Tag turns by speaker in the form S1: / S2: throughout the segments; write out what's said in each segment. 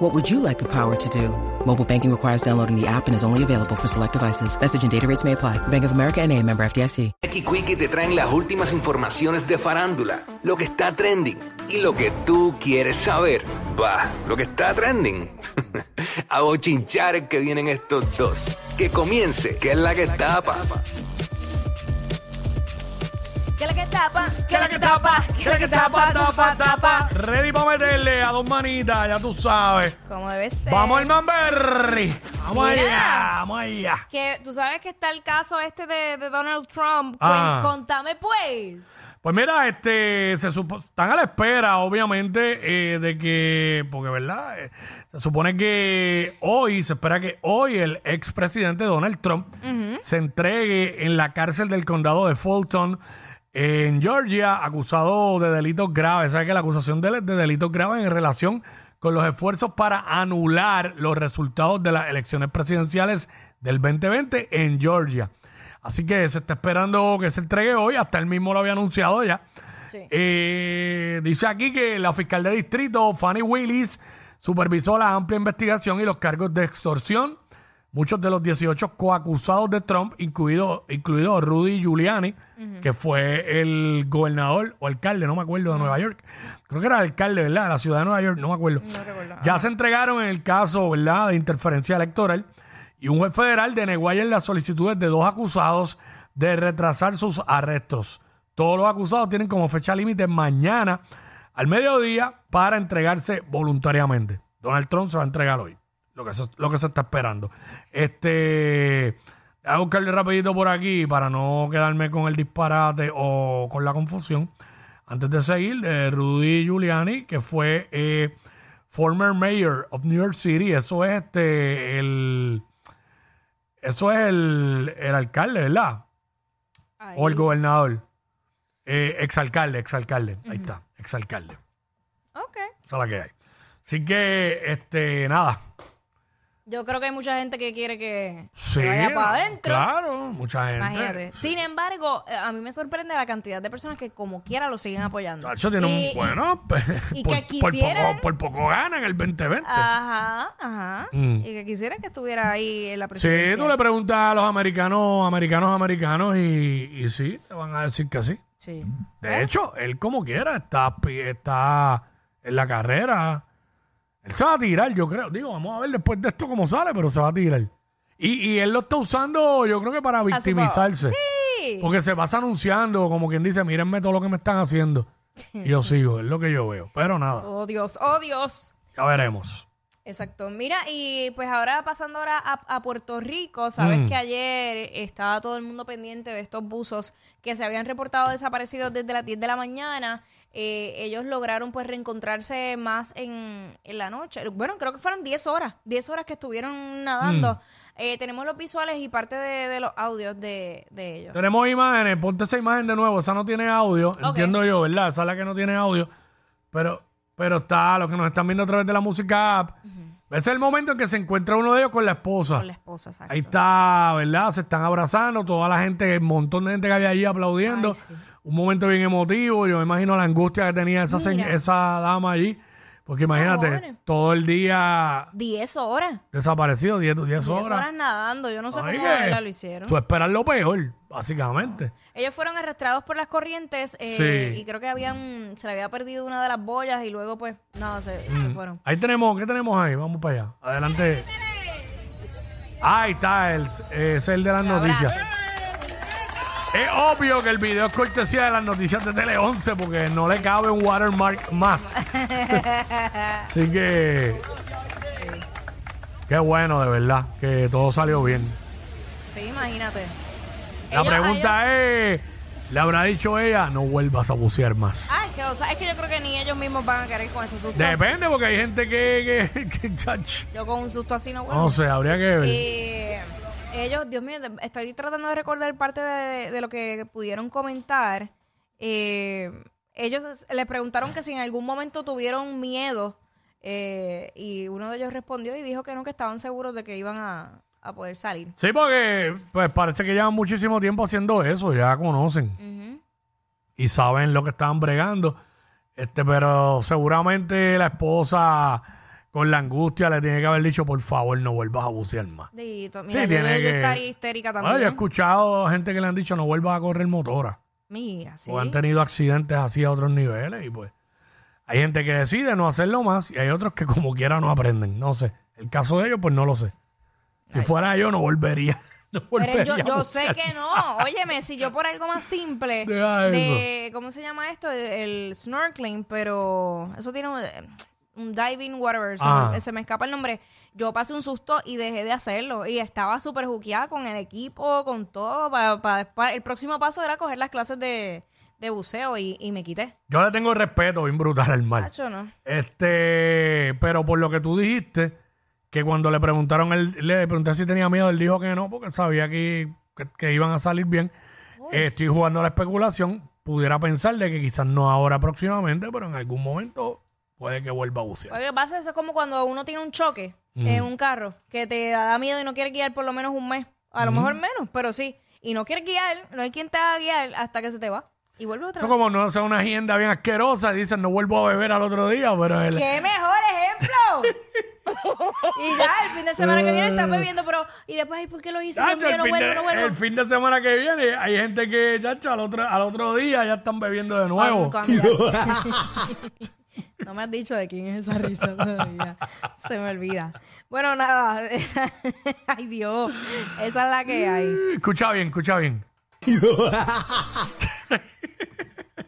S1: What would you like the power to do? Mobile banking requires downloading the app and is only available for select devices. Message and data rates may apply. Bank of America and a member FDIC.
S2: Aquí Quickie te traen las últimas informaciones de farándula, lo que está trending y lo que tú quieres saber. Va, lo que está trending. A bochinchar que vienen estos dos. Que comience, que es la que tapa.
S3: ¿Qué es la que tapa? ¿Qué es la que tapa? ¿Qué es la que tapa? Tapa, tapa.
S4: Ready para meterle a dos manitas, ya tú sabes.
S3: Como debe ser.
S4: Vamos al Manberry. Vamos
S3: Mira.
S4: allá, vamos allá.
S3: Que tú sabes que está el caso este de, de Donald Trump.
S4: Ah.
S3: Pues, contame pues.
S4: Pues mira, este, se supo- están a la espera, obviamente, eh, de que, porque verdad, Eh, se supone que hoy, se espera que hoy el expresidente Donald Trump se entregue en la cárcel del condado de Fulton, eh, en Georgia, acusado de delitos graves. ¿Sabes que la acusación de, de delitos graves en relación con los esfuerzos para anular los resultados de las elecciones presidenciales del 2020 en Georgia? Así que se está esperando que se entregue hoy, hasta él mismo lo había anunciado ya.
S3: Sí.
S4: Eh, dice aquí que la fiscal de distrito, Fanny Willis, supervisó la amplia investigación y los cargos de extorsión. Muchos de los 18 coacusados de Trump, incluido, incluido Rudy Giuliani, que fue el gobernador o alcalde, no me acuerdo, de Nueva York. Creo que era alcalde, ¿verdad? De la ciudad de Nueva York, no me acuerdo. ya se entregaron en el caso, ¿verdad?, de interferencia electoral. Y un juez federal denegó ayer las solicitudes de dos acusados de retrasar sus arrestos. Todos los acusados tienen como fecha límite mañana al mediodía para entregarse voluntariamente. Donald Trump se va a entregar hoy, lo que se, lo que se está esperando. Este, voy a buscarle rapidito por aquí para no quedarme con el disparate o con la confusión. Antes de seguir, de Rudy Giuliani, que fue eh, former mayor of New York City, eso es este el eso es el, el alcalde, ¿verdad? O el gobernador. Eh, exalcalde, exalcalde. Ahí está, exalcalde.
S3: Ok.
S4: Esa es la que hay. Así que, este, nada.
S3: Yo creo que hay mucha gente que quiere que
S4: Sí.
S3: que vaya para adentro.
S4: Claro, mucha gente.
S3: Imagínate. Sin embargo, eh, a mí me sorprende la cantidad de personas que como quiera lo siguen apoyando.
S4: Chacho, tiene
S3: Y-
S4: un bueno. pues,
S3: y
S4: por,
S3: que
S4: por
S3: quisieran- Ah,
S4: poco, por poco ganan el 2020.
S3: Ajá, ajá.
S4: Mm.
S3: Y que quisiera que estuviera ahí en la presidencia.
S4: sí, tú le preguntas a los americanos, americanos, americanos, y, y sí, te van a decir que sí.
S3: Sí.
S4: De hecho, él como quiera está, pi- está en la carrera. Él se va a tirar, yo creo. Digo, vamos a ver después de esto cómo sale, pero se va a tirar. Y, y él lo está usando, yo creo que para
S3: favor.
S4: victimizarse.
S3: Sí.
S4: Porque se pasa anunciando, como quien dice, mírenme todo lo que me están haciendo. Y yo sigo, es lo que yo veo. Pero nada,
S3: Oh, Dios, oh, Dios.
S4: ya veremos.
S3: Exacto. Mira, y pues ahora pasando ahora a, a Puerto Rico, sabes
S4: Mm.
S3: que ayer estaba todo el mundo pendiente de estos buzos que se habían reportado desaparecidos desde las 10 de la mañana. Eh, ellos lograron pues reencontrarse más en, en la noche. Bueno, creo que fueron 10 horas, 10 horas que estuvieron nadando.
S4: Mm.
S3: Eh, tenemos los visuales y parte de, de los audios de, de ellos.
S4: Tenemos imágenes, ponte esa imagen de nuevo, esa no tiene audio, entiendo yo, ¿verdad? Esa es la que no tiene audio, pero, pero está, los que nos están viendo a través de la música app, ese es el momento en que se encuentra uno de ellos con la esposa.
S3: Con la esposa, exacto.
S4: Ahí está, ¿verdad? Se están abrazando, toda la gente, el montón de gente que había allí aplaudiendo.
S3: Ay, sí.
S4: Un momento bien emotivo, yo me imagino la angustia que tenía esa, se-
S3: Mira.
S4: esa dama allí, porque imagínate,
S3: Amores.
S4: todo el día
S3: 10 horas.
S4: desaparecido, 10 10
S3: 10
S4: horas.
S3: horas nadando. Yo no sé
S4: Ay,
S3: cómo
S4: que
S3: ahora lo hicieron.
S4: Tú esperas lo peor, básicamente.
S3: Ellos fueron arrastrados por las corrientes eh,
S4: Sí.
S3: y creo que habían se le había perdido una de las boyas y luego pues nada, se, se
S4: Mm.
S3: fueron.
S4: Ahí tenemos, ¿qué tenemos ahí? Vamos para allá. Adelante. Ahí está, el, es el de las noticias. Es obvio que el video es cortesía de las noticias de Tele 11 porque no le cabe un watermark más. Así que. Qué bueno, de verdad, que todo salió bien.
S3: Sí, imagínate.
S4: La
S3: Ellos- ellos-
S4: pregunta es: ¿le habrá dicho ella, no vuelvas a bucear más?
S3: Ah, es que, o sea, es que yo creo que ni ellos mismos van a querer con ese susto.
S4: Depende, porque hay gente que. que, que- chach.
S3: Yo con un susto así no vuelvo.
S4: no sé, habría que ver.
S3: Eh, ellos, Dios mío, de- estoy tratando de recordar parte de, de lo que pudieron comentar. Eh, ellos es- les preguntaron que si en algún momento tuvieron miedo eh, y uno de ellos respondió y dijo que no, que estaban seguros de que iban a, a poder salir.
S4: Sí, porque pues parece que llevan muchísimo tiempo haciendo eso, ya conocen y saben lo que estaban bregando. Este, pero seguramente la esposa con la angustia le tiene que haber dicho, por favor, no vuelvas a bucear más.
S3: Dito,
S4: Sí,
S3: mira, yo-
S4: tiene
S3: yo,
S4: que-
S3: estaría histérica
S4: Bueno, yo he
S3: también.
S4: escuchado gente que le han dicho, no vuelvas a correr motora.
S3: mira, sí.
S4: O han tenido accidentes así a otros niveles y pues hay gente que decide no hacerlo más y hay otros que como quiera no aprenden. No sé. El caso de ellos, pues no lo sé. Si fuera yo, no volvería. No
S3: Pero
S4: volvería
S3: yo,
S4: a
S3: yo sé
S4: bucear.
S3: que no. Óyeme, si yo por algo más simple
S4: Deja
S3: de ¿cómo se llama esto? El, el snorkeling, pero eso tiene un, un diving whatever, se,
S4: Ah.
S3: me, se me escapa el nombre. Yo pasé un susto y dejé de hacerlo y estaba súper juqueada con el equipo, con todo pa- pa- pa- el próximo paso era coger las clases de, de buceo y, y me quité.
S4: Yo le tengo respeto bien brutal al mar.
S3: Nacho, ¿no?
S4: Este, pero por lo que tú dijiste, que cuando le preguntaron, él, le pregunté si tenía miedo, él dijo que no, porque sabía que, que- que iban a salir bien. Eh, Estoy jugando a la especulación. Pudiera pensar de que quizás no ahora próximamente, pero en algún momento puede que vuelva a bucear.
S3: Lo que pasa es eso es como cuando uno tiene un choque en un carro que te da miedo y no quiere guiar por lo menos un mes. A lo mejor menos, pero sí. Y no quieres guiar, no hay quien te haga guiar hasta que se te va. Y vuelve otra
S4: Eso
S3: vez.
S4: como no sea una agenda bien asquerosa, dicen no vuelvo a beber al otro día, pero el,
S3: ¡Qué mejor ejemplo! y ya, el fin de semana que viene estás bebiendo, pero. Y después, ay, ¿por qué lo hice? Dios
S4: Chacho,
S3: mío,
S4: el,
S3: no
S4: fin
S3: vuelvo,
S4: de,
S3: no vuelvo.
S4: el fin de semana que viene hay gente que, chacho, al otro, al otro día ya están bebiendo de nuevo.
S3: Cuando- cuando ya- No me has dicho de quién es esa risa todavía. Se me olvida. Bueno, nada. esa- Ay, Dios. Esa es la que hay.
S4: Escucha bien, escucha bien.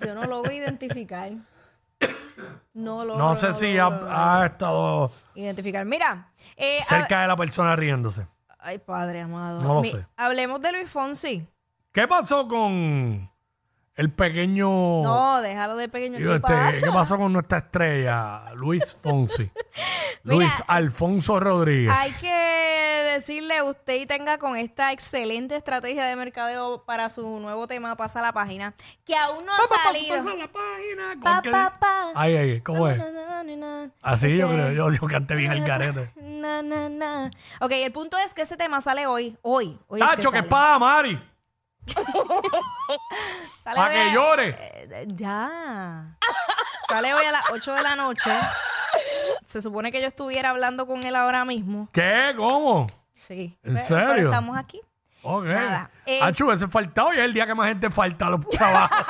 S3: Yo no logro identificar. No logro.
S4: No sé
S3: no
S4: si
S3: logro,
S4: ha,
S3: Oh, no logro
S4: ha estado
S3: Identificar. Mira. eh, hab-
S4: cerca de la persona riéndose.
S3: Ay, padre amado.
S4: No lo sé.
S3: Hablemos de Luis Fonsi.
S4: ¿Qué pasó con el pequeño...
S3: No, déjalo de pequeño.
S4: digo,
S3: ¿Qué
S4: este,
S3: pasa?
S4: ¿Qué pasó con nuestra estrella, Luis Fonsi?
S3: Mira,
S4: Luis Alfonso Rodríguez.
S3: Hay que decirle usted y tenga con esta excelente estrategia de mercadeo para su nuevo tema Pasa la página, que aún no ha salido.
S4: pues, la página.
S3: Pa, pa, pa.
S4: Ay, ay, ¿cómo es? Así
S3: Este,
S4: yo creo, yo, yo canté bien el garete.
S3: Na, na, na. Ok, el punto es que ese tema sale hoy. Hoy. hoy es
S4: Tacho,
S3: sale.
S4: que espada, Mari.
S3: Sale
S4: Pa'
S3: hoy
S4: que
S3: a-
S4: llore.
S3: Eh, eh, ya. Sale hoy a las 8 de la noche. Se supone que yo estuviera hablando con él ahora mismo.
S4: ¿Qué? ¿Cómo?
S3: Sí.
S4: ¿En
S3: Pero-
S4: serio?
S3: Pero estamos aquí.
S4: Ok.
S3: Nada, eh.
S4: Achu, ese faltado y es el día que más gente falta a los trabajos.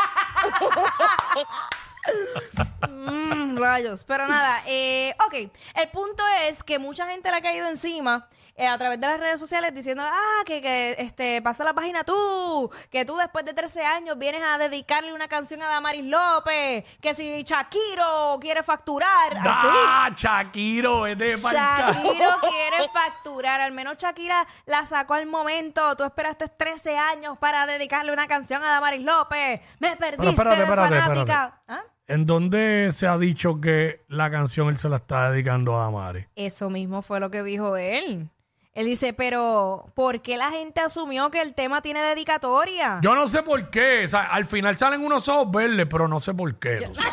S3: Mm, rayos. Pero nada, eh, ok. El punto es que mucha gente le ha caído encima. eh, a través de las redes sociales diciendo, ah, que, que, este, pasa la página tú, que tú después de 13 años vienes a dedicarle una canción a Damaris López, que si Shakiro quiere facturar, así.
S4: ¡Ah, Shakiro, vete faltado!
S3: Shakiro quiere facturar. Al menos Shakira la sacó al momento. Tú esperaste 13 años para dedicarle una canción a Damaris López. Me perdiste
S4: espérate,
S3: de
S4: espérate,
S3: fanática.
S4: espérate.
S3: ¿Ah?
S4: ¿En dónde se ha dicho que la canción él se la está dedicando a Damari?
S3: Eso mismo fue lo que dijo él. Él dice, pero ¿por qué la gente asumió que el tema tiene dedicatoria?
S4: Yo no sé por qué. o sea, al final salen unos ojos verdes, pero no sé por qué. tú sabes.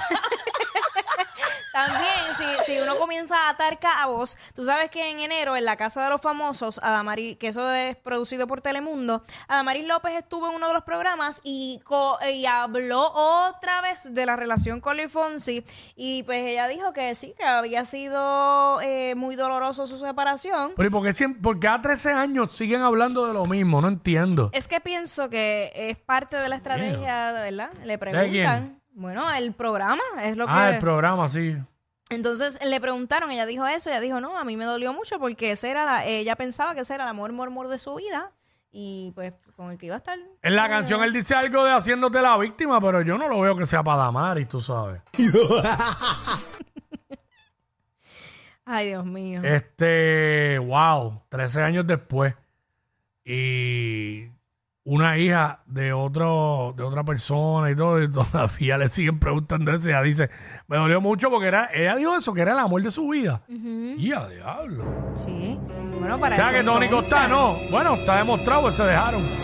S3: También, si, si uno comienza a atar cabos, tú sabes que en enero en la Casa de los Famosos, Adamari, que eso es producido por Telemundo, Adamaris López estuvo en uno de los programas y, co- y habló otra vez de la relación con Luis Fonsi y pues ella dijo que sí, que había sido eh, muy doloroso su separación.
S4: Pero ¿y por qué siempre, porque a 13 años siguen hablando de lo mismo? No entiendo.
S3: Es que pienso que es parte de la estrategia, ¿verdad? Le preguntan. Bueno, el programa es lo que...
S4: Ah, el programa, sí.
S3: Entonces le preguntaron, ella dijo eso, ella dijo, no, a mí me dolió mucho porque ese era la- ella pensaba que ese era el amor, amor, amor de su vida y pues con el que iba a estar.
S4: En la canción él dice algo de haciéndote la víctima, pero yo no lo veo que sea para Damari, tú sabes.
S3: Ay, Dios mío.
S4: Eh. Este, wow, 13 años después. Y una hija de otro de otra persona y todo, y todavía le siguen preguntando eso. Ella dice, me dolió mucho porque era, ella dijo eso, que era el amor de su vida.
S3: Mm.
S4: Y a diablo.
S3: Sí. Bueno, para
S4: O sea
S3: eso
S4: que Tony
S3: entonces,
S4: Costa no. Bueno, está demostrado que se dejaron.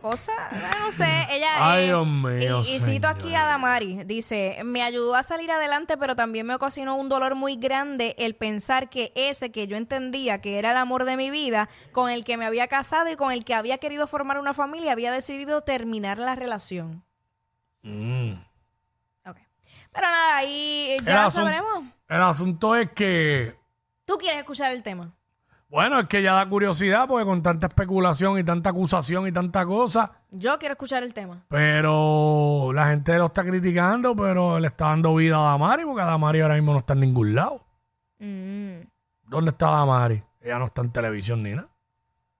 S3: Cosa, ah, no sé, ella
S4: Ay,
S3: eh,
S4: Dios mío,
S3: Y, y cito
S4: señor.
S3: aquí a Damari, dice, me ayudó a salir adelante, pero también me ocasionó un dolor muy grande el pensar que ese que yo entendía que era el amor de mi vida, con el que me había casado y con el que había querido formar una familia, había decidido terminar la relación.
S4: Mm.
S3: Ok. Pero nada, ahí eh,
S4: El
S3: ya
S4: asun-
S3: sabremos.
S4: El asunto es que,
S3: ¿Tú quieres escuchar el tema?
S4: bueno, es que ya da curiosidad porque con tanta especulación y tanta acusación y tanta cosa,
S3: Yo quiero escuchar el tema.
S4: pero la gente lo está criticando, pero le está dando vida a Damari porque Damari ahora mismo no está en ningún lado.
S3: Mm,
S4: ¿Dónde está Damari? Ella no está en televisión ni nada.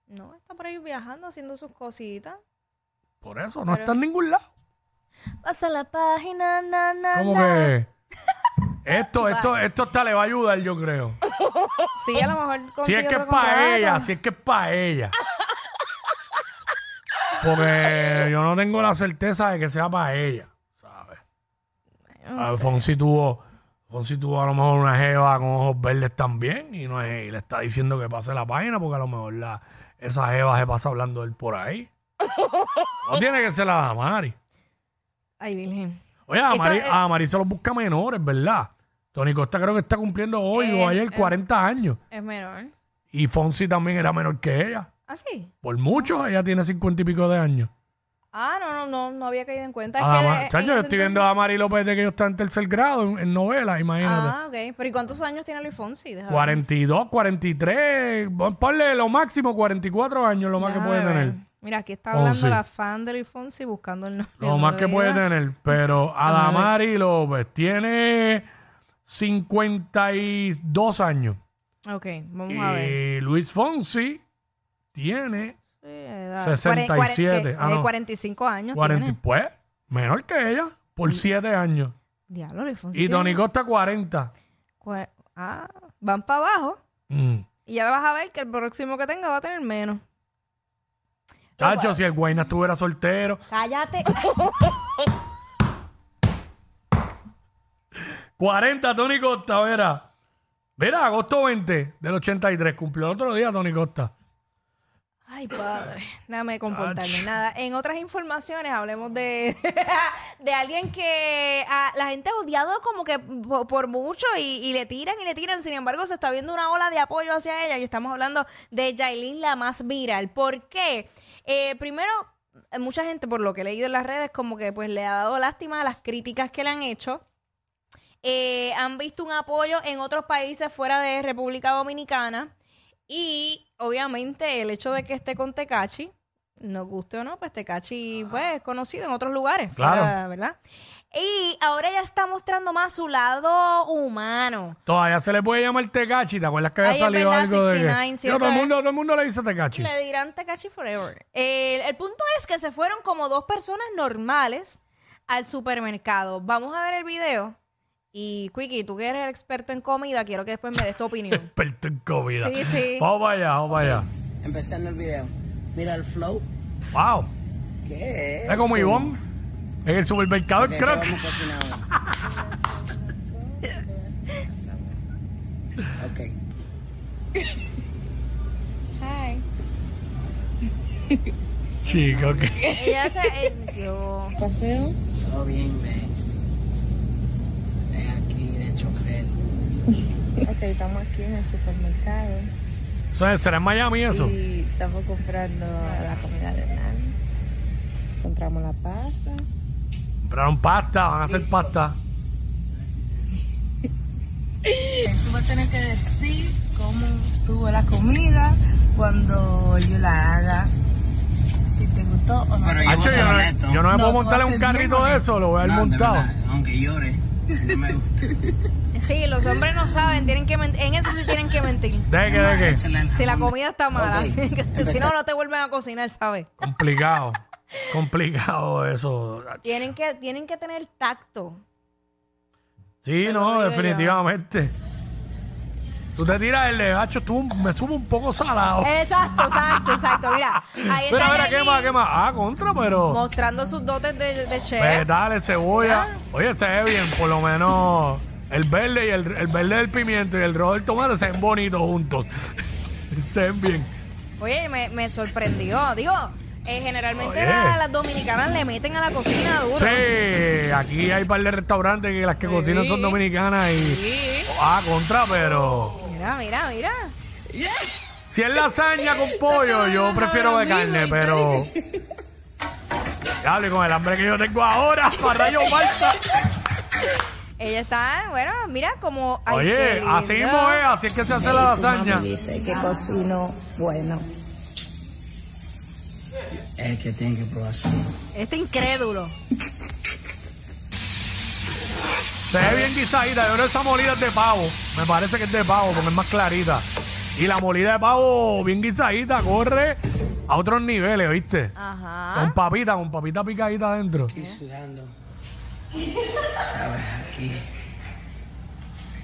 S3: no, está por ahí viajando, haciendo sus cositas.
S4: Por eso, no está en ningún lado.
S3: Pasa la página, na, na,
S4: Como
S3: na.
S4: que esto, esto, esto hasta le va a ayudar, yo creo.
S3: Sí, a lo mejor
S4: Si
S3: consigue
S4: es que es
S3: otro
S4: para
S3: contrato.
S4: ella, si es que es para ella. Porque yo no tengo la certeza de que sea para ella, ¿sabes? Alfonsi tuvo, Alfonsi tuvo a lo mejor una jeva con ojos verdes también y no es- y le está diciendo que pase la página porque a lo mejor la, esa jeva se pasa hablando él por ahí. No tiene que ser la Damari.
S3: Ay, Virgen.
S4: Oye, a
S3: Esto
S4: Mari,
S3: es-
S4: a Mari se los busca menores, ¿verdad? Tony Costa creo que está cumpliendo hoy o
S3: Eh,
S4: ayer
S3: eh.
S4: 40 años.
S3: Es menor.
S4: Y Fonsi también era menor que ella.
S3: ¿Ah, sí?
S4: Por mucho, ella tiene 50 y pico de años.
S3: Ah, no, no, no, no había caído en cuenta. Es
S4: Ah,
S3: que
S4: ma-
S3: de- en
S4: chacho, yo
S3: ese
S4: estoy viendo
S3: entonces-
S4: a Mari López de que yo está en tercer grado en, en novela, imagínate.
S3: Ah, ok. Pero ¿y cuántos años tiene Luis Fonsi? Deja ver.
S4: 42, 43, pon- ponle lo máximo 44 años, lo más que
S3: Déjame
S4: puede
S3: ver.
S4: tener.
S3: Mira, aquí está
S4: Fonsi.
S3: hablando la fan de Luis Fonsi buscando el nombre.
S4: Lo más
S3: de
S4: que
S3: ella.
S4: puede tener. Pero Adamari López tiene 52 años.
S3: Ok, vamos a ver.
S4: Y Luis Fonsi tiene
S3: Sí, edad.
S4: 67.
S3: Cuare-
S4: Ah,
S3: eh,
S4: no.
S3: 45 años
S4: 40, y-
S3: tiene.
S4: pues, menor que ella, por 7 años.
S3: Diablo, Luis Fonsi.
S4: Y
S3: Pues tiene-
S4: Tony Costa 40.
S3: cua- Ah, van para abajo.
S4: Mm.
S3: Y ya vas a ver que el próximo que tenga va a tener menos.
S4: Chacho, si el
S3: Mm.
S4: Guayna estuviera soltero.
S3: Cállate.
S4: 40, Tony Costa, verá. Mira, agosto 20 del 83. Cumplió el otro día Tony Costa.
S3: Ay, padre. Déjame comportarme.
S4: Ach.
S3: Nada. En otras informaciones hablemos de, de alguien que ah, la gente ha odiado como que po- por, mucho y, y le tiran y le tiran. Sin embargo, se está viendo una ola de apoyo hacia ella y estamos hablando de Yailin, la más viral. ¿Por qué? Eh, primero, mucha gente, por lo que he leído en las redes, como que pues le ha dado lástima a las críticas que le han hecho. Eh, han visto un apoyo en otros países fuera de República Dominicana. Y obviamente el hecho de que esté con Tecachi, nos guste o no, pues Tecachi pues, es conocido en otros lugares,
S4: Claro.
S3: fuera, ¿verdad? Y ahora ya está mostrando más su lado humano.
S4: Todavía se le puede llamar Tecachi. ¿Te acuerdas que había
S3: Ay, es
S4: salido
S3: verdad,
S4: algo de.
S3: 69,
S4: Que...
S3: ¿cierto?
S4: todo, el mundo, todo el mundo le dice Tecachi.
S3: Le dirán Tecachi Forever. El, el punto es que se fueron como dos personas normales al supermercado. Vamos a ver el video. Y Quickie, tú que eres el experto en comida, quiero que después me des tu opinión.
S4: Experto en comida.
S3: Sí, sí.
S4: Vamos para allá, vamos para allá.
S5: Empezando el video. Mira el flow.
S4: Wow.
S5: ¿Qué es?
S4: Está como Ivonne en el supermercado en
S5: ¿Qué
S4: Crocs.
S5: vamos a cocinar hoy? ok.
S3: Hi.
S4: Chico, que.
S3: Ella se... eh, Dios.
S5: Todo bien, ve. Es aquí de chofer.
S6: Ok, estamos aquí en el supermercado
S4: Eso es- ¿Será en Miami eso?
S6: y estamos comprando la comida de Nani. Encontramos la pasta.
S4: Compraron pasta, van a hacer pasta.
S6: Tú vas a tener que decir cómo tuvo la comida cuando yo la haga. Si te gustó o no.
S5: Pero yo,
S4: Ah, che,
S5: voy a ser
S4: yo,
S5: honesto.
S4: no- yo no me
S6: No,
S4: puedo
S6: tú
S4: montar en
S6: vas
S4: un
S6: a ser
S4: carrito
S6: bien
S4: de eso, lo voy a ver
S5: No, de
S4: montado.
S5: verdad, aunque llore, no me gusta.
S3: Sí, los hombres no saben, tienen que men- en eso sí tienen que mentir.
S4: ¿De qué, de qué?
S5: Échale al
S3: Si la
S5: jamón.
S3: comida está mala, si
S5: Ok,
S3: no,
S5: empecé.
S3: no te vuelven a cocinar, ¿sabes?
S4: Complicado. Complicado eso.
S3: Tienen que, tienen que tener tacto.
S4: Sí,
S3: te lo
S4: no,
S3: digo
S4: definitivamente. Tú te tiras el de hacho, tú me subo un poco salado.
S3: Exacto, exacto, exacto. Mira, Eh, ahí está.
S4: Mira, mira,
S3: Yailin
S4: ¿qué más, qué más? Ah, contra, pero.
S3: Mostrando sus dotes de, de chef.
S4: Pues dale, cebolla.
S3: Ah.
S4: Oye, se ve bien, por lo menos. El verde y el, el verde del pimiento y el rojo del tomate se ven bonitos juntos. se ven bien.
S3: Oye, me, me sorprendió. Digo, eh, generalmente
S4: Oye.
S3: la- las dominicanas le meten a la cocina duro.
S4: Sí, aquí hay un par de restaurantes que las que cocinan son dominicanas y.
S3: Sí.
S4: Ah, contra, pero.
S3: Mira, mira, mira.
S4: Si es lasaña con pollo, yo prefiero de carne, pero. Diablo, y con el hambre que yo tengo ahora, para rayo falta.
S3: Ella está, bueno, mira como... ay, qué
S4: Oye,
S3: lindo.
S4: así mismo es, así es que se hace la lasaña.
S7: dice que cocino bueno.
S5: Es que tienen que probar su-
S3: Este incrédulo.
S4: Se ve bien guisadita, yo creo que esa molida es de pavo. Me parece que es de pavo porque es más clarita. Y la molida de pavo, bien guisadita, corre a otros niveles, ¿viste?
S3: Ajá.
S4: Con papita, con papita picadita adentro.
S5: Estoy sudando. ¿Sabes? Aquí.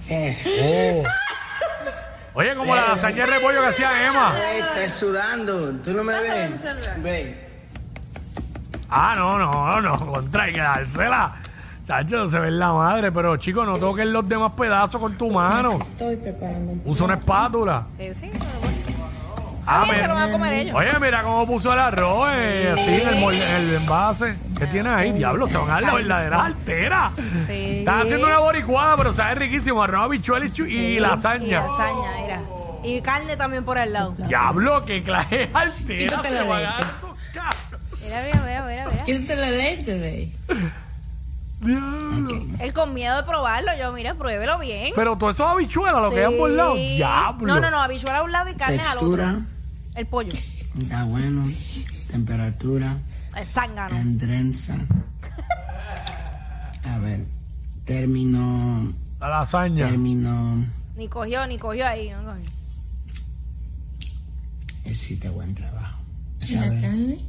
S5: ¿Qué?
S4: Oye, como la lasaña de repollo que hacía Emma.
S5: Ey, estoy sudando. ¿Tú no me ves? Ve.
S4: Ah, no, no, no, contra, hay que dársela. Chacho, se ve en la madre, pero chicos, no toques los demás pedazos con tu mano.
S7: Estoy preparando.
S4: Usa una espátula.
S3: Sí, sí. pero bueno.
S4: Ah,
S3: Bien, se lo
S4: mira.
S3: van a comer ellos.
S4: Oye, mira cómo puso el arroz, eh, así en el, molde- en el envase.
S3: Ah,
S4: ¿Qué tiene ahí? Diablo, se van a dar la verdadera altera.
S3: Sí.
S4: Están haciendo una boricuada, pero sabe riquísimo. Arroz, habichuelas y, chu- y
S3: Y
S4: lasaña.
S3: lasaña, mira. Y carne también por al lado.
S4: Diablo, qué clase de altera se van a dar esos cabros.
S3: Mira, mira, mira, mira. mira.
S6: Quítate la leche, ve.
S4: Diablo.
S3: Él con miedo de probarlo. Yo, mira, pruébelo bien.
S4: Pero todo eso es habichuela, lo que hay por lado.
S3: Sí.
S4: Diablo.
S3: No, no, no. Habichuela a un lado y carne al otro.
S5: Textura.
S3: El pollo.
S5: Está bueno. Temperatura.
S3: El zángano.
S5: Tendrenza. A ver. Término.
S4: La lasaña.
S5: Eh, Término.
S3: Ni cogió, ni cogió ahí. no cogió.
S5: Hiciste buen trabajo. ¿Sabes?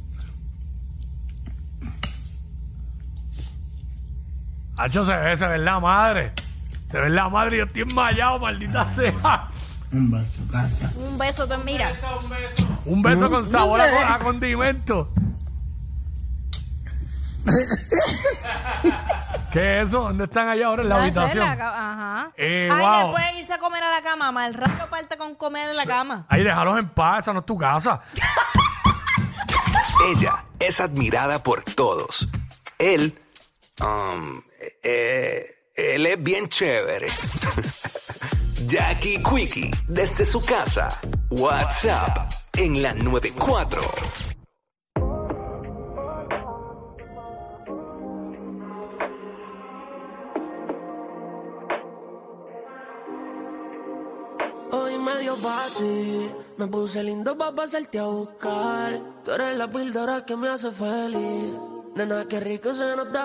S4: Hacho se ve, se ve en la madre. Se ve en la madre, yo estoy enmayado, maldita sea.
S5: Un vaso pasta.
S3: Un beso, tú mira.
S4: Un beso con sabor a, co- a condimento. ¿Qué es eso? ¿Dónde están allá ahora en la
S3: Ah, esa es
S4: habitación?
S3: la cama, Ajá.
S4: Eh,
S3: Ay,
S4: wow.
S3: después irse a comer a la cama. Mal rato parte con comer en la cama.
S4: Ahí, déjalos en paz, esa no es tu casa.
S2: Ella es admirada por todos. Él, um, eh, él es bien chévere. Jackie Quickie, desde su casa. WhatsApp en la 94.
S8: Hoy medio fácil, me puse lindo pa' pasarte a buscar. Tú eres la píldora que me hace feliz. Nena, qué rico se nos da.